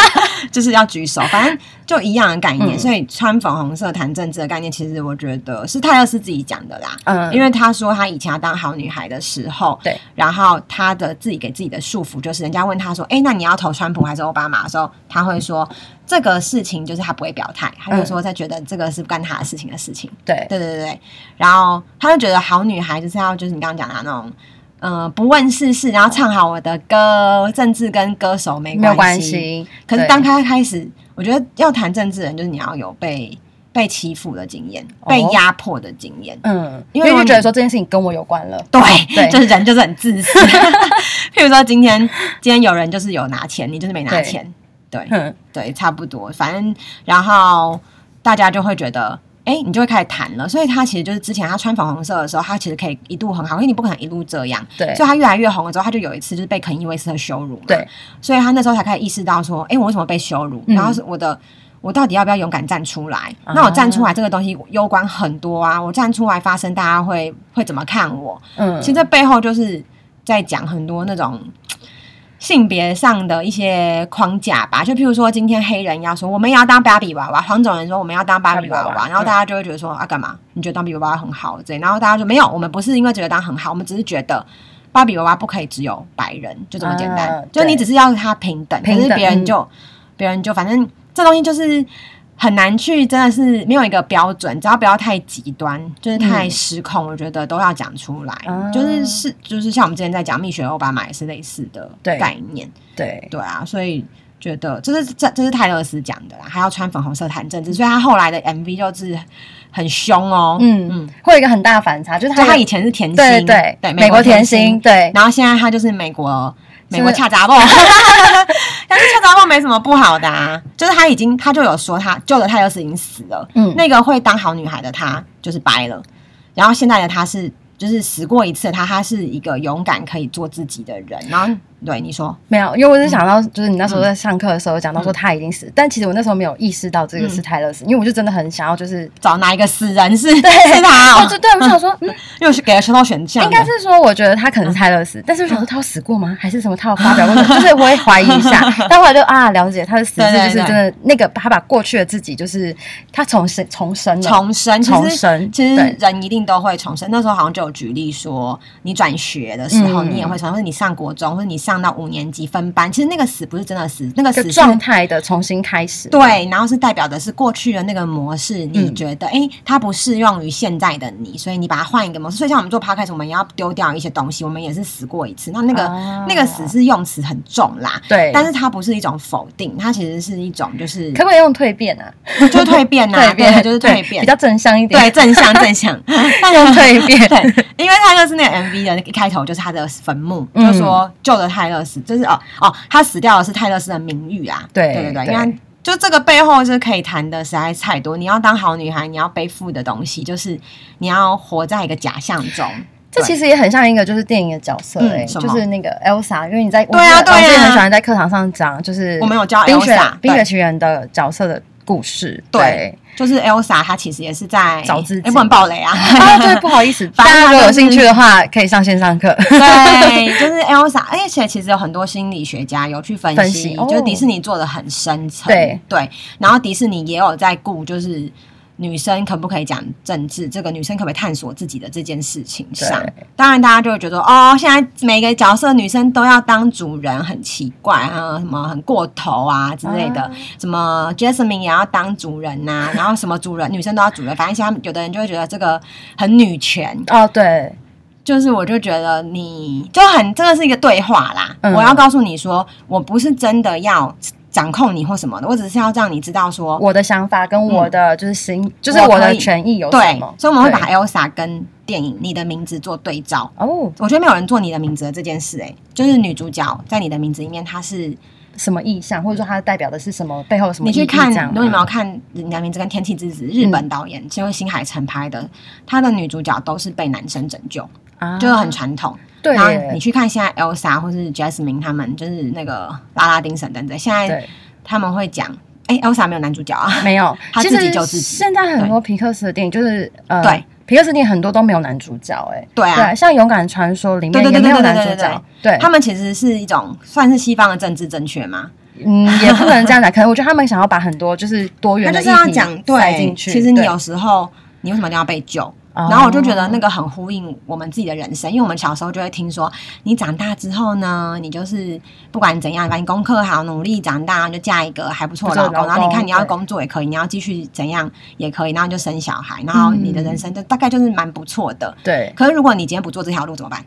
Speaker 2: 就是要举手，反正就一样的概念。
Speaker 1: 嗯
Speaker 2: 所以穿粉红色谈政治的概念，其实我觉得是泰勒斯自己讲的啦。
Speaker 1: 嗯
Speaker 2: 因为他说他以前要当好女孩的时候，
Speaker 1: 对，
Speaker 2: 然后他的自己给自己的束缚就是，人家问他说：“哎、那你要投川普还是奥巴马？”的时候，他会说这个事情就是他不会表态，他就说他觉得这个是不干他的事情的事情。
Speaker 1: 嗯对
Speaker 2: 对对对对，然后他就觉得好女孩就是要就是你刚刚讲的那种，呃，不问世事，然后唱好我的歌，政治跟歌手没
Speaker 1: 没有关
Speaker 2: 系。
Speaker 1: 系。
Speaker 2: 可是
Speaker 1: 对
Speaker 2: 当他开始，我觉得要谈政治人，就是你要有被被欺负的经验，
Speaker 1: 哦
Speaker 2: 被压迫的经验。
Speaker 1: 嗯，
Speaker 2: 因
Speaker 1: 因
Speaker 2: 为
Speaker 1: 为就
Speaker 2: 我们
Speaker 1: 觉得说这件事情跟我有关了。
Speaker 2: 对，
Speaker 1: 对
Speaker 2: 就是人就是很 自私。譬如说今天，今天有人就是有拿钱，你就是没拿
Speaker 1: 对
Speaker 2: 钱，对
Speaker 1: 嗯，
Speaker 2: 对，差不多，反正然后大家就会觉得。哎，你就会开始谈了，所以他其实就是之前他穿粉红色的时候，他其实可以一度很好，因为你不可能一路这样，
Speaker 1: 对
Speaker 2: 所以他越来越红了之后，他就有一次就是被肯伊威斯特羞辱嘛，
Speaker 1: 对，
Speaker 2: 所以他那时候才开始意识到说，哎，我为什么被羞辱？
Speaker 1: 嗯
Speaker 2: 然后是我的，我到底要不要勇敢站出来？
Speaker 1: 啊
Speaker 2: 那我站出来这个东西攸关很多啊，我站出来发声，大家会会怎么看我？
Speaker 1: 嗯，
Speaker 2: 其实这背后就是在讲很多那种性别上的一些框架吧。就譬如说，今天黑人要说我们也要当芭比娃娃，黄种人说我们要当芭比娃
Speaker 1: 芭比
Speaker 2: 娃
Speaker 1: 娃，娃
Speaker 2: 然后大家就会觉得说、啊，干嘛？你觉得当芭比娃娃很好？这，然后大家就没有，我们不是因为觉得当很好，我们只是觉得。芭比娃娃不可以只有白人，就这么简单。
Speaker 1: 啊
Speaker 2: 就你
Speaker 1: 对
Speaker 2: 只是要他平等，
Speaker 1: 平
Speaker 2: 可
Speaker 1: 等
Speaker 2: 是别人就、别人就反正这东西就是很难去，真的是没有一个标准，只要不要太极端，就是太
Speaker 1: 嗯
Speaker 2: 失控，我觉得都要讲出来。
Speaker 1: 啊
Speaker 2: 就是是就是像我们之前在讲蜜雪欧巴马也是类似的
Speaker 1: 对
Speaker 2: 概念，
Speaker 1: 对，
Speaker 2: 对啊，所以觉得这是这这是泰勒斯讲的啦，还要穿粉红色谈政治，所以他后来的 MV 就是很凶哦，
Speaker 1: 嗯
Speaker 2: 嗯，
Speaker 1: 会有一个很大的反差，就是
Speaker 2: 就
Speaker 1: 他
Speaker 2: 他以前是甜心，
Speaker 1: 对对
Speaker 2: 对，
Speaker 1: 美国甜心，对
Speaker 2: 然后现在他就是美国
Speaker 1: 是
Speaker 2: 美国恰杂蹦， 但是恰杂蹦没什么不好的啊，就是他已经他就有说他旧的泰勒斯已经死了，
Speaker 1: 嗯
Speaker 2: 那个会当好女孩的她就是掰了，然后现在的她是。就是死过一次的她，她是一个勇敢可以做自己的人。然后，对你说，
Speaker 1: 没有，因为我只想到，就是你那时候在上课的时候讲到说他已经死，但其实我那时候没有意识到这个是泰勒斯，因为我就真的很想要就是。
Speaker 2: 找哪一个死人 是是
Speaker 1: 对
Speaker 2: 他、
Speaker 1: 我
Speaker 2: 哦
Speaker 1: 就，对，我就想说，嗯，
Speaker 2: 又是给了收到选项的，嗯
Speaker 1: 应该是说，我觉得他可能是泰勒斯，但是我想说他有死过吗？还 是什么？他有发表过什么？就是我会怀疑一 下，但后来就啊，了解他的死
Speaker 2: 对
Speaker 1: 是
Speaker 2: 对
Speaker 1: 就是
Speaker 2: 对
Speaker 1: 真的那个，他把过去的自己就是他重生重生了，
Speaker 2: 重生，其实
Speaker 1: 重生
Speaker 2: 其实
Speaker 1: 对
Speaker 2: 人一定都会重生。那时候好像就有举例说，你转学的时候
Speaker 1: 嗯
Speaker 2: 你也会重生，或者你上国中，或者你上到五年级分班，其实那个死不是真的死，那个
Speaker 1: 一
Speaker 2: 死
Speaker 1: 个
Speaker 2: 是
Speaker 1: 状态的重新开始，
Speaker 2: 对，然后是代表的是过去的那个模式，你
Speaker 1: 嗯
Speaker 2: 觉得诶，它不适用于现在的你，所以你把它换一个模式。所以像我们做 podcast，我们也要丢掉一些东西，我们也是死过一次。那那个、
Speaker 1: 啊
Speaker 2: 那个死是用词很重啦，
Speaker 1: 对，
Speaker 2: 但是它不是一种否定，它其实是一种就是
Speaker 1: 可不可以用蜕变啊？
Speaker 2: 就是蜕变 呐、
Speaker 1: 蜕
Speaker 2: 对
Speaker 1: 变
Speaker 2: 就是蜕变
Speaker 1: 比，较正向一点，
Speaker 2: 对，正向 正向，
Speaker 1: 用蜕变，
Speaker 2: 对，因为泰勒斯那个 MV 的一开头就是他的坟墓，
Speaker 1: 嗯
Speaker 2: 就说救了泰勒斯，就是哦哦，他死掉的是泰勒斯的名誉啊，
Speaker 1: 对
Speaker 2: 对对
Speaker 1: 对
Speaker 2: 对，因为就这个背后就是可以谈的实在是太多。你要当好女孩，你要背负的东西就是你要活在一个假象中。
Speaker 1: 这其实也很像一个就是电影的角色
Speaker 2: 嗯
Speaker 1: 哎、
Speaker 2: 什么
Speaker 1: 就是那个 Elsa，因为你在
Speaker 2: 对啊
Speaker 1: 我记得
Speaker 2: 对啊
Speaker 1: 我自己很喜欢在课堂上讲，就是
Speaker 2: 我们有教
Speaker 1: 冰雪
Speaker 2: Elsa，
Speaker 1: 冰雪
Speaker 2: 对
Speaker 1: 奇缘的角色的故事，
Speaker 2: 对就是 Elsa，她其实也是在
Speaker 1: 找自己
Speaker 2: 诶不能爆 雷啊。
Speaker 1: 对啊，对，不好意思， 大
Speaker 2: 反正
Speaker 1: 家如果有
Speaker 2: 就是
Speaker 1: 兴趣的话，可以上线上 课。
Speaker 2: 对，就是 Elsa，而且其实有很多心理学家有去分析，
Speaker 1: 分析哦
Speaker 2: 就是迪士尼做的很深层，
Speaker 1: 对
Speaker 2: 然后迪士尼也有在顾，就是女生可不可以讲政治，这个女生可不可以探索自己的这件事情上
Speaker 1: 对。
Speaker 2: 当然，大家就会觉得哦，现在每个角色女生都要当主人，很奇怪啊，什么很过头啊之类的，
Speaker 1: 啊
Speaker 2: 什么 Jasmine 也要当主人呐、然后什么主人女生都要主人，反正现在有的人就会觉得这个很女权，
Speaker 1: 哦，对，
Speaker 2: 就是我就觉得你就很真的是一个对话啦。
Speaker 1: 嗯
Speaker 2: 我要告诉你说，我不是真的要掌控你或什么的，我只是要让你知道说，
Speaker 1: 我的想法跟我的就是行，就是
Speaker 2: 我
Speaker 1: 嗯我
Speaker 2: 可
Speaker 1: 的
Speaker 2: 以
Speaker 1: 权益有什
Speaker 2: 对
Speaker 1: 么，？
Speaker 2: 所以我们会
Speaker 1: 对
Speaker 2: 把 Elsa 跟电影《你的名字》做对照。
Speaker 1: 哦，
Speaker 2: 我觉得没有人做你的名字的这件事、欸，就是女主角在你的名字里面，她是
Speaker 1: 什么意象，或者说它代表的是什么，背后有什么
Speaker 2: 你
Speaker 1: 意
Speaker 2: 去
Speaker 1: 义
Speaker 2: 看
Speaker 1: 这样，嗯
Speaker 2: 如果你们
Speaker 1: 吗？
Speaker 2: 有看你的名字跟《天气之子》，日本导演就是新海诚拍的，他的女主角都是被男生拯救，
Speaker 1: 啊
Speaker 2: 就是很传统。
Speaker 1: 对
Speaker 2: 然后你
Speaker 1: 耶，
Speaker 2: 去看现在 Elsa 或是 Jasmine 他们，就是那个拉拉丁神等等，现在
Speaker 1: 对，
Speaker 2: 他们会讲，哎、e l s a 没有男主角啊，
Speaker 1: 没有，
Speaker 2: 他
Speaker 1: 其
Speaker 2: 自己
Speaker 1: 实
Speaker 2: 救自己
Speaker 1: 现在很多皮克斯的电影就是呃，
Speaker 2: 对，
Speaker 1: 皮克斯电影很多都没有男主角，哎，
Speaker 2: 对啊，
Speaker 1: 对，像《勇敢传说》里
Speaker 2: 对
Speaker 1: 面也
Speaker 2: 对对
Speaker 1: 没
Speaker 2: 对
Speaker 1: 有
Speaker 2: 对
Speaker 1: 男
Speaker 2: 对
Speaker 1: 主
Speaker 2: 对对
Speaker 1: 角，，对
Speaker 2: 他们其实是一种算是西方的政治正确嘛，
Speaker 1: 嗯，也不能这样讲，可能我觉得他们想要把很多就是多元
Speaker 2: 他
Speaker 1: 的
Speaker 2: 就
Speaker 1: 议
Speaker 2: 是要
Speaker 1: 题
Speaker 2: 讲
Speaker 1: 塞
Speaker 2: 对
Speaker 1: 进，去。
Speaker 2: 其实你
Speaker 1: 对
Speaker 2: 有，时候你为什么一定要被救？
Speaker 1: 然
Speaker 2: 然后我就觉得那个很呼应我们自己的人生，因为我们小时候就会听说，你长大之后呢，你就是不管怎样，把你功课好，努力长大，然后就嫁一个还不错的
Speaker 1: 不
Speaker 2: 老
Speaker 1: 错
Speaker 2: 公，
Speaker 1: 的老
Speaker 2: 然
Speaker 1: 公
Speaker 2: 后你看你要
Speaker 1: 对
Speaker 2: 工作也可以，你要继续怎样也可以，然后你就生小孩，然后你的
Speaker 1: 嗯
Speaker 2: 人生就大概就是蛮不错的。
Speaker 1: 对，
Speaker 2: 可是如果你今天不做这条路怎么办？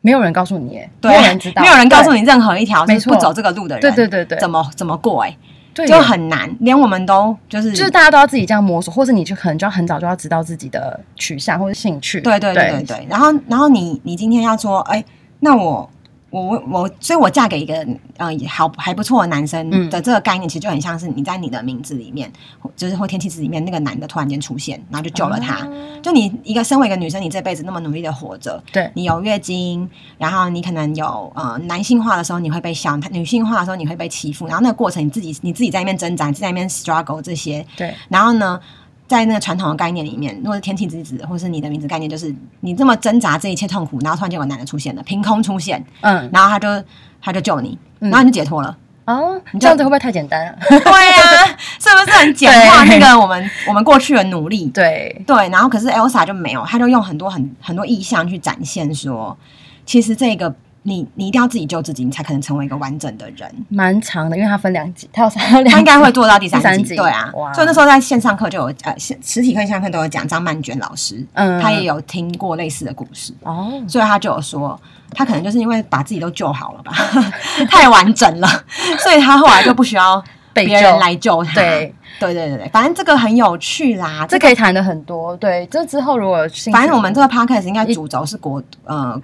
Speaker 1: 没有人告诉你，哎
Speaker 2: 对
Speaker 1: 没有人知道，
Speaker 2: 没有人告诉
Speaker 1: 对，
Speaker 2: 你任何一条
Speaker 1: 没
Speaker 2: 就是
Speaker 1: 错
Speaker 2: 不走这个路的人，
Speaker 1: 对对对对，
Speaker 2: 怎么怎么过、欸？
Speaker 1: 对
Speaker 2: 就很难，连我们都就是
Speaker 1: 就是大家都要自己这样摸索，或是你就可能就要很早就要知道自己的取向或者兴趣。
Speaker 2: 对对对对
Speaker 1: 对
Speaker 2: 对。然后然后你你今天要说，哎、那我我我我，所以我嫁给一个呃好还不错的男
Speaker 1: 嗯
Speaker 2: 生的这个概念，其实就很像是你在你的名字里面，或就是或天气子里面那个男的突然间出现，然后就救了他。
Speaker 1: 啊
Speaker 2: 就你一个身为一个女生，你这辈子那么努力的活着，
Speaker 1: 对
Speaker 2: 你有月经，然后你可能有呃男性化的时候你会被笑，女性化的时候你会被欺负，然后那个过程你自己你自己在那边挣扎，你自己在那边 struggle 这些，
Speaker 1: 对
Speaker 2: 然后呢，在那个传统的概念里面，如果是天气之子或是你的名字概念，就是你这么挣扎这一切痛苦，然后突然间有个男的出现了，凭空出现，
Speaker 1: 嗯，
Speaker 2: 然后他就 他就救你，
Speaker 1: 嗯
Speaker 2: 然后你就解脱了。
Speaker 1: 哦，
Speaker 2: 你
Speaker 1: 这样
Speaker 2: 就
Speaker 1: 子会不会太简单啊？
Speaker 2: 对呀、是不是很简化
Speaker 1: 对
Speaker 2: 那个我们我们过去的努力？
Speaker 1: 对，
Speaker 2: 对，然后可是 Elsa 就没有，他就用很多很很多意象去展现说，其实这个你你一定要自己救自己，你才可能成为一个完整的人。
Speaker 1: 蛮长的，因为它分两集，它有三有两集，
Speaker 2: 他应该会做到第
Speaker 1: 第三
Speaker 2: 三
Speaker 1: 集
Speaker 2: 集，对啊
Speaker 1: 哇。
Speaker 2: 所以那时候在线上课就有呃，线实体课、线上课都有讲张曼娟老师，
Speaker 1: 嗯
Speaker 2: 她也有听过类似的故事。
Speaker 1: 哦，
Speaker 2: 所以他就有说，他可能就是因为把自己都救好了吧， 太完整了， 所以他后来就不需要
Speaker 1: 被
Speaker 2: 别
Speaker 1: 救
Speaker 2: 人来救他。
Speaker 1: 对，
Speaker 2: 对对对对，反正这个很有趣啦。
Speaker 1: 这
Speaker 2: 这
Speaker 1: 可以谈的很多。对，这之后如果有兴趣，
Speaker 2: 反正我们这个 podcast 应该主轴是国呃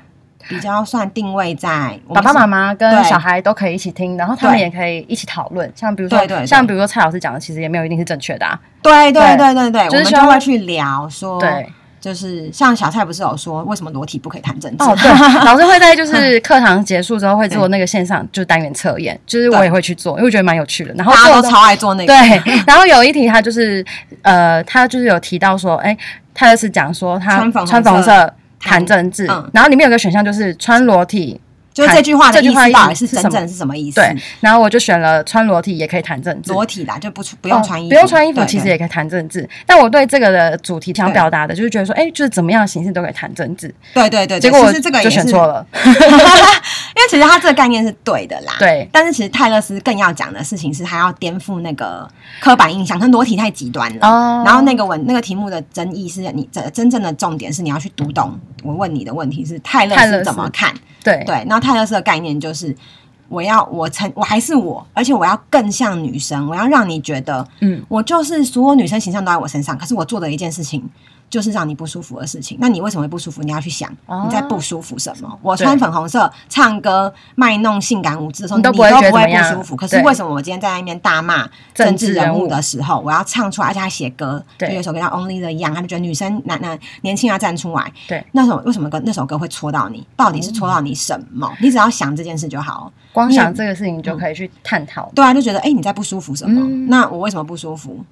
Speaker 2: 比较算定位在
Speaker 1: 爸爸妈
Speaker 2: 妈。
Speaker 1: 妈跟
Speaker 2: 对
Speaker 1: 小孩都可以一起听，然后他们
Speaker 2: 对
Speaker 1: 也可以一起讨论。像比如说，
Speaker 2: 对对对
Speaker 1: 像比如说蔡老师讲的，其实也没有一定是正确的、啊。
Speaker 2: 对对
Speaker 1: 对
Speaker 2: 对对对，
Speaker 1: 就是
Speaker 2: 我们
Speaker 1: 希
Speaker 2: 就
Speaker 1: 望
Speaker 2: 会去聊说，
Speaker 1: 对，
Speaker 2: 就是像小蔡不是有说为什么裸体不可以谈政治？
Speaker 1: 哦，对，老师会在就是课堂结束之后会做那个线上就是单元测 验，就是我
Speaker 2: 对
Speaker 1: 也会去做，因为我觉得蛮有趣的。然后
Speaker 2: 大家
Speaker 1: 哦做
Speaker 2: 都
Speaker 1: 的
Speaker 2: 超爱做那个，
Speaker 1: 对，然后有一题他就是呃，他就是有提到说，哎，他就是讲说他
Speaker 2: 穿粉红
Speaker 1: 穿粉红
Speaker 2: 色
Speaker 1: 色谈政治
Speaker 2: 嗯，
Speaker 1: 然后里面有个选项就是穿裸体。
Speaker 2: 就是这句话的
Speaker 1: 这句
Speaker 2: 意
Speaker 1: 话
Speaker 2: 思到底
Speaker 1: 是
Speaker 2: 是
Speaker 1: 什么
Speaker 2: 真正是什么意思？
Speaker 1: 对，然后我就选了穿裸体也可以谈政治，
Speaker 2: 裸体啦，就不出不用穿衣
Speaker 1: 哦
Speaker 2: 服，
Speaker 1: 不用穿衣服
Speaker 2: 对
Speaker 1: 其实
Speaker 2: 对
Speaker 1: 也可以谈政治。但我对这个的主题想
Speaker 2: 对
Speaker 1: 表达的就是觉得说，哎，就是怎么样的形式都可以谈政治。
Speaker 2: 对对对，对
Speaker 1: 结果我
Speaker 2: 其实这个
Speaker 1: 就
Speaker 2: 也是
Speaker 1: 选错，了，
Speaker 2: 因为其实他这个概念是对的啦。
Speaker 1: 对
Speaker 2: 但是其实泰勒斯更要讲的事情是，他要颠覆那个刻板印象，跟裸体太极端了。
Speaker 1: 哦
Speaker 2: 然后那个文那个题目的争议是你真真正的重点是你要去读懂我问你的问题是泰勒
Speaker 1: 泰勒斯
Speaker 2: 斯怎么看？
Speaker 1: 对
Speaker 2: 对，然后泰勒斯的概念就是我要我成我还是我，而且我要更像女生，我要让你觉得
Speaker 1: 嗯，
Speaker 2: 我就是所有女生形象都在我身上，可是我做的一件事情就是让你不舒服的事情。那你为什么会不舒服？你要去想
Speaker 1: 哦
Speaker 2: 你在不舒服什么。我
Speaker 1: 对
Speaker 2: 穿粉红色、唱歌、卖弄性感舞姿的时候，
Speaker 1: 你
Speaker 2: 你
Speaker 1: 都不
Speaker 2: 都不
Speaker 1: 会觉得
Speaker 2: 会
Speaker 1: 怎么
Speaker 2: 不
Speaker 1: 样
Speaker 2: 舒服。可是
Speaker 1: 对
Speaker 2: 为什么我今天在那边大骂
Speaker 1: 政
Speaker 2: 政
Speaker 1: 治
Speaker 2: 治人
Speaker 1: 人物
Speaker 2: 物的时候，我要唱出来，而且还写歌，就
Speaker 1: 对
Speaker 2: 有一首歌叫《Only the Young》，他就觉得女生、男男、年轻要站出来。
Speaker 1: 对，
Speaker 2: 那首为什么歌那首歌会戳到你？到底是戳到你什么？你只要想这件事就好。
Speaker 1: 光
Speaker 2: 你也嗯
Speaker 1: 想这个事情就可以去探讨。
Speaker 2: 对啊，就觉得哎、诶你在不舒服什么？
Speaker 1: 嗯
Speaker 2: 那我为什么不舒服？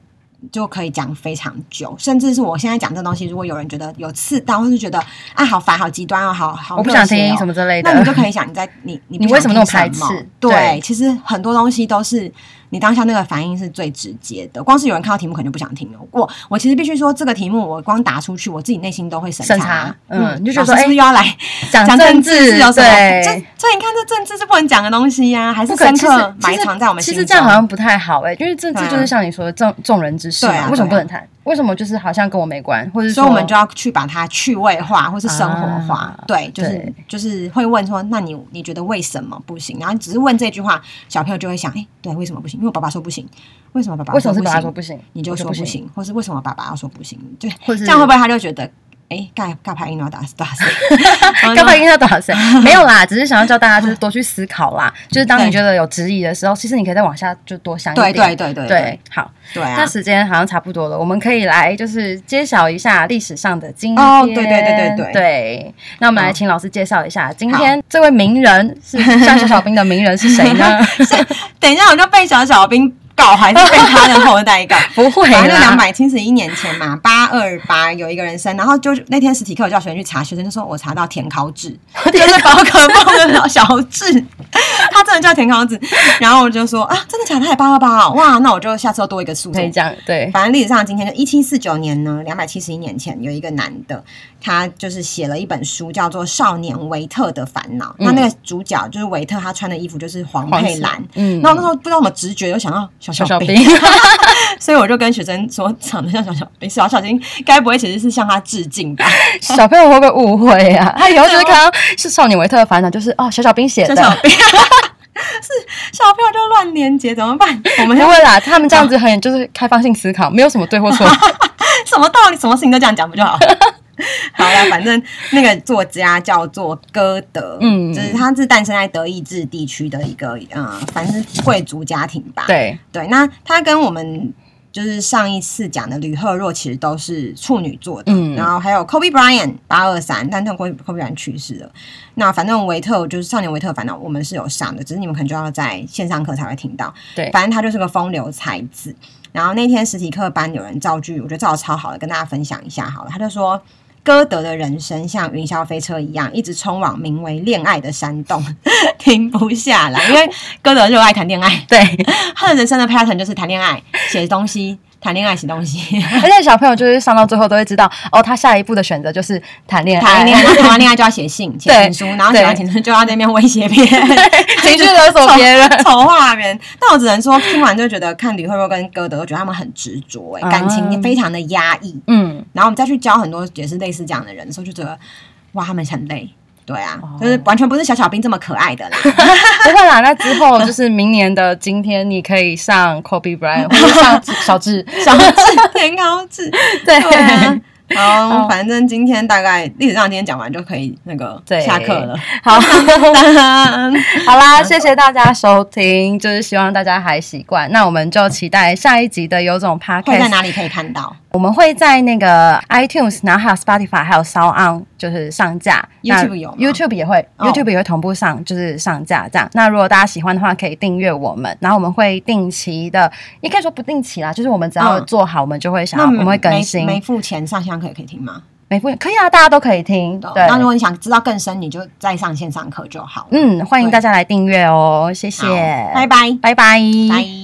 Speaker 2: 就可以讲非常久，甚至是我现在讲这东西，如果有人觉得有刺到，或是觉得啊好烦、好极端哦，好好、
Speaker 1: 我不想听什
Speaker 2: 么，
Speaker 1: 么之类的，
Speaker 2: 那你就可以想你在你你
Speaker 1: 你
Speaker 2: 你
Speaker 1: 为什么那么排斥
Speaker 2: 对，
Speaker 1: 对
Speaker 2: 其实很多东西都是你当下那个反应是最直接的。光是有人看到题目可能就不想听了。我我其实必须说，这个题目我光答出去，我自己内心都会审
Speaker 1: 审查嗯你就觉得
Speaker 2: 老师
Speaker 1: 说
Speaker 2: 是不是又要来
Speaker 1: 讲
Speaker 2: 讲
Speaker 1: 政
Speaker 2: 政治是有什么？这
Speaker 1: 对。
Speaker 2: 所以你看，这政治是不能讲的东西呀、还是
Speaker 1: 不可
Speaker 2: 深
Speaker 1: 其实
Speaker 2: 刻
Speaker 1: 其
Speaker 2: 埋
Speaker 1: 实
Speaker 2: 藏在我们
Speaker 1: 其
Speaker 2: 心
Speaker 1: 实这
Speaker 2: 中。
Speaker 1: 样好像不太好哎、因为政治
Speaker 2: 对啊
Speaker 1: 就是像你说的众众人之事
Speaker 2: 对
Speaker 1: 嘛，
Speaker 2: 啊
Speaker 1: 为什么
Speaker 2: 对啊
Speaker 1: 不能谈？为什么就是好像跟我没关，或者说
Speaker 2: 所以我们就要去把它趣味化或是生活化，
Speaker 1: 啊
Speaker 2: 对，就是
Speaker 1: 对
Speaker 2: 就是会问说，那你你觉得为什么不行？然后你只是问这句话，小朋友就会想，哎、对，为什么不行？因为我爸爸说不行，为什么爸爸
Speaker 1: 为什么是
Speaker 2: 不
Speaker 1: 爸爸说
Speaker 2: 行？
Speaker 1: 不行，
Speaker 2: 你就
Speaker 1: 我
Speaker 2: 说
Speaker 1: 不
Speaker 2: 不，行，或是为什么爸爸要说不行？就
Speaker 1: 或是
Speaker 2: 这样会不会他就觉得，哎、盖盖牌硬要打死打 死，
Speaker 1: 哎
Speaker 2: 嗯
Speaker 1: 干嘛应该多少 岁？没有啦，只是想要叫大家就是多去思考啦。就是当你
Speaker 2: 对
Speaker 1: 觉得有质疑的时候，其实你可以再往下就多想一
Speaker 2: 对
Speaker 1: 点。
Speaker 2: 对对对对
Speaker 1: 对，好，
Speaker 2: 对啊
Speaker 1: 那！时间好像差不多了，我们可以来就是揭晓一下历史上的今天。
Speaker 2: 哦对对对对对
Speaker 1: 对那我们来
Speaker 2: 好
Speaker 1: 请老师介绍一下，今天这位名人是像小小兵的名人是谁 呢？
Speaker 2: 等一下我就被小小兵告，还是被他的后 代告？
Speaker 1: 不会
Speaker 2: 反正就两
Speaker 1: 啦，
Speaker 2: 百七十一年前嘛，八二八有一个人生，然后就是那天实体课有叫学生去查，学生就说我查到田尻智， 就是宝可梦的小智， 他真的叫田尻智。然后我就说啊，真的假的？他也八二八哦，哇，那我就下次又多一个数字
Speaker 1: 可。以这样对。
Speaker 2: 反正历史上的今天就一七四九年呢，两百七十一年前有一个男的，他就是写了一本书，叫做《少年维特的烦恼》。那那个主角就是维特，他穿的衣服就是黄佩兰。
Speaker 1: 嗯，
Speaker 2: 那我那时候不知道怎么直觉就想到
Speaker 1: 小
Speaker 2: 小小
Speaker 1: 小
Speaker 2: 兵
Speaker 1: 兵，
Speaker 2: 所以我就跟学生说，长得像小小兵，小小兵该不会其实是向他致 敬吧？
Speaker 1: 小朋友会不会误会 啊？他以后就是看到是少年维特的烦恼，就是哦，小小兵写
Speaker 2: 小
Speaker 1: 的。
Speaker 2: 小兵 是小朋友就乱连接，怎么办？我们
Speaker 1: 不会啦，他们这样子很就是开放性思考，没有什么对 或错。
Speaker 2: 什么道理，什么事情都这样讲 不就好？好了，反正那个作家叫做歌德，
Speaker 1: 嗯
Speaker 2: 就是他是诞生在德意志地区的一个，呃，反正是贵族家庭吧。
Speaker 1: 对，
Speaker 2: 对，那他跟我们就是上一次讲的吕赫若其实都是处女座的，
Speaker 1: 嗯
Speaker 2: 然后还有 Kobe Bryant 八二三，但他 Kobe Kobe Bryant 去世了。那反正维特就是少年维特，反正我们是有上的，只是你们可能就要在线上课才会听到。
Speaker 1: 对
Speaker 2: 反正他就是个风流才子。然后那天实体课班有人造句，我觉得造的超好的，跟大家分享一下好了。他就说。歌德的人生像云霄飞车一样，一直冲往名为恋爱的山洞， 停不下来。因为歌德热爱谈恋爱，
Speaker 1: 对，
Speaker 2: 他的人生的 pattern 就是谈恋爱、写东西、谈恋爱写 东西，
Speaker 1: 而且小朋友就是上到最后都会知道，哦，他下一步的选择就是谈恋爱
Speaker 2: 谈，恋爱，谈完恋爱就要写信、写情书，然后写完情书就要在那边威胁别人，
Speaker 1: 情绪勒索别人。
Speaker 2: 丑化别人。但我只能说，听完就觉得看李慧若跟歌德，我觉得他们很执着、哎、
Speaker 1: 啊
Speaker 2: 感情非常的压抑。
Speaker 1: 嗯，
Speaker 2: 然后我们再去教很多也是类似这样的人的时候，就觉得哇，他们很累。对啊，
Speaker 1: 哦
Speaker 2: 就是完全不是小小兵这么可爱的 啦。
Speaker 1: 不会啦。那之后就是明年的今天，你可以上 Kobe Bryant 或者上小智，
Speaker 2: 小智，田高智，
Speaker 1: 对
Speaker 2: 对啊。好，反正今天大概历史上今天讲完就可以那 个
Speaker 1: 对
Speaker 2: 下课了。
Speaker 1: 好， 好啦，谢谢大家收听，就是希望大家还习惯。那我们就期待下一集的有种
Speaker 2: 会在
Speaker 1: Podcast，
Speaker 2: 哪里可以看到
Speaker 1: 我们会在那个 iTunes，然后还有 Spotify，还有 Sound On，就是上架。那
Speaker 2: YouTube 有吗
Speaker 1: ，YouTube 也会、y
Speaker 2: 哦
Speaker 1: o u t u b e 也会同步上，就是上架这样。那如果大家喜欢的话，可以订阅我们，然后我们会定期的，也可以说不定期啦，就是我们只要
Speaker 2: 嗯
Speaker 1: 做好，我们就会想
Speaker 2: 那
Speaker 1: 要，我们会更新。
Speaker 2: 没没付钱上香课也可以听吗？
Speaker 1: 每部可以啊，大家都可以听。
Speaker 2: 懂
Speaker 1: 对，
Speaker 2: 那如果你想知道更深，你就再上线上课就好了。
Speaker 1: 嗯嗯，欢迎大家来订阅哦，谢谢，
Speaker 2: 好，拜拜，
Speaker 1: 拜拜，
Speaker 2: 拜。